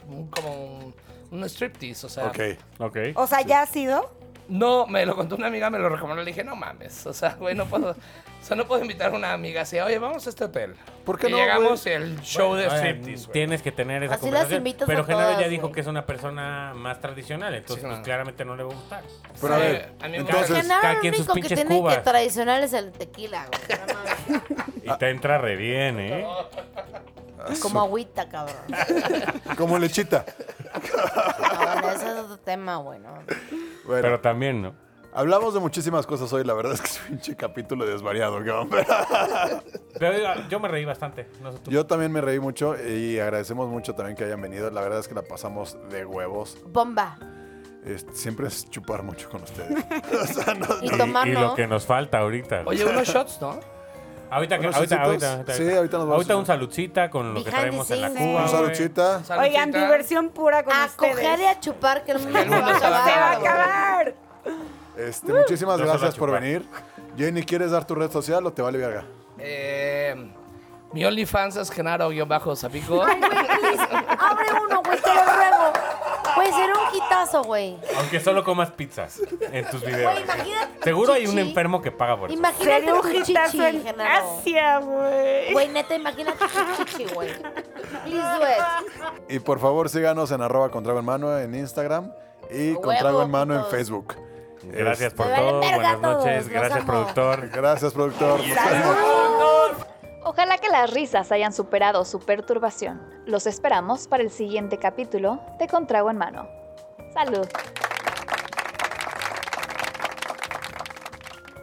E: un- como un, un striptease, o sea.
C: Ok.
B: Ok.
D: O sea, ¿ya ha sido?
E: No, me lo contó una amiga, me lo recomendó, le dije, no mames, o sea, güey, no puedo, o sea, no puedo invitar a una amiga así, oye, vamos a este hotel.
C: ¿Por qué
E: Y
C: no,
E: llegamos
C: güey?
E: y el show de
B: Oigan,
E: striptease, güey.
B: eh, Tienes que tener esa
F: Así las
B: conversación.
F: invitas
B: pero
F: a
B: Genaro ya
F: todas,
B: dijo
F: güey.
B: que es una persona más tradicional, entonces
E: Sí,
B: pues,
E: claro.
B: claramente no le va a gustar.
C: Pero a
E: Sí,
C: ver,
E: a mí me
C: entonces,
E: parece-
B: cada
F: Genaro,
B: quien
F: lo
B: sus
F: único que
B: pinches
F: tiene que
B: cubas.
F: tradicional es el tequila, güey. No mames.
B: Y te entra re bien, ¿eh?
F: Como agüita, cabrón. No,
C: como lechita.
F: bueno, ese es otro tema, güey. no.
C: Bueno,
B: Pero también, ¿no?
C: hablamos de muchísimas cosas hoy. La verdad es que es un pinche capítulo desvariado, cabrón.
B: Pero digo, yo me reí bastante. No sé tú.
C: Yo también me reí mucho y agradecemos mucho también que hayan venido. La verdad es que la pasamos de huevos.
F: Bomba.
C: Es- siempre es chupar mucho con ustedes. O sea, no-
F: Y
B: Y-
F: tomar,
B: y, lo
F: ¿no?
B: que nos falta ahorita.
E: Oye, unos shots, ¿no?
B: ahorita, que-
C: unos
B: ahorita,
C: shotcitos.
B: ahorita, ahorita.
C: Sí, ahorita nos vamos
B: Ahorita
C: a-
B: un saludcita con lo que
F: Behind the
B: traemos en la
F: scenes,
B: Cuba.
C: Un
B: güey.
C: saludcita.
D: Oigan,
E: Saludcita.
D: diversión pura con
F: A
D: ustedes.
F: coger y a chupar, que el mundo se va a
D: ¡Se va a
F: acabar. güey.
D: acabar!
C: Este, muchísimas
B: Yo se la
C: gracias por
B: chupé.
C: venir. Jenny, ¿quieres dar tu red social o te vale verga?
E: Eh, mi OnlyFans es Genaro-Zapico.
F: Abre uno, güey, te lo ruego. Puede ser un quitazo, güey.
B: Aunque solo comas pizzas en tus videos.
F: Güey, imagínate tu
B: Seguro hay un
F: chichi.
B: enfermo que paga por eso.
F: Imagínate
D: Sería un
F: tu
D: hitazo
F: chichi,
D: en
F: Genaro.
D: Asia, güey.
F: Güey, neta, imagínate tu chichi, güey. Please do it.
C: Y por favor síganos en arroba con trago en mano en Instagram y con
F: Huevo,
C: trago en mano en
F: putos.
C: Facebook.
B: Gracias por
F: Me vale
B: todo.
F: verga
B: Buenas
F: a todos,
B: noches.
F: los
B: Gracias,
F: amo.
B: productor.
C: Es- Gracias, productor. Nos-
A: Ojalá que las risas hayan superado su perturbación. Los esperamos para el siguiente capítulo de Contrago en Mano. Salud.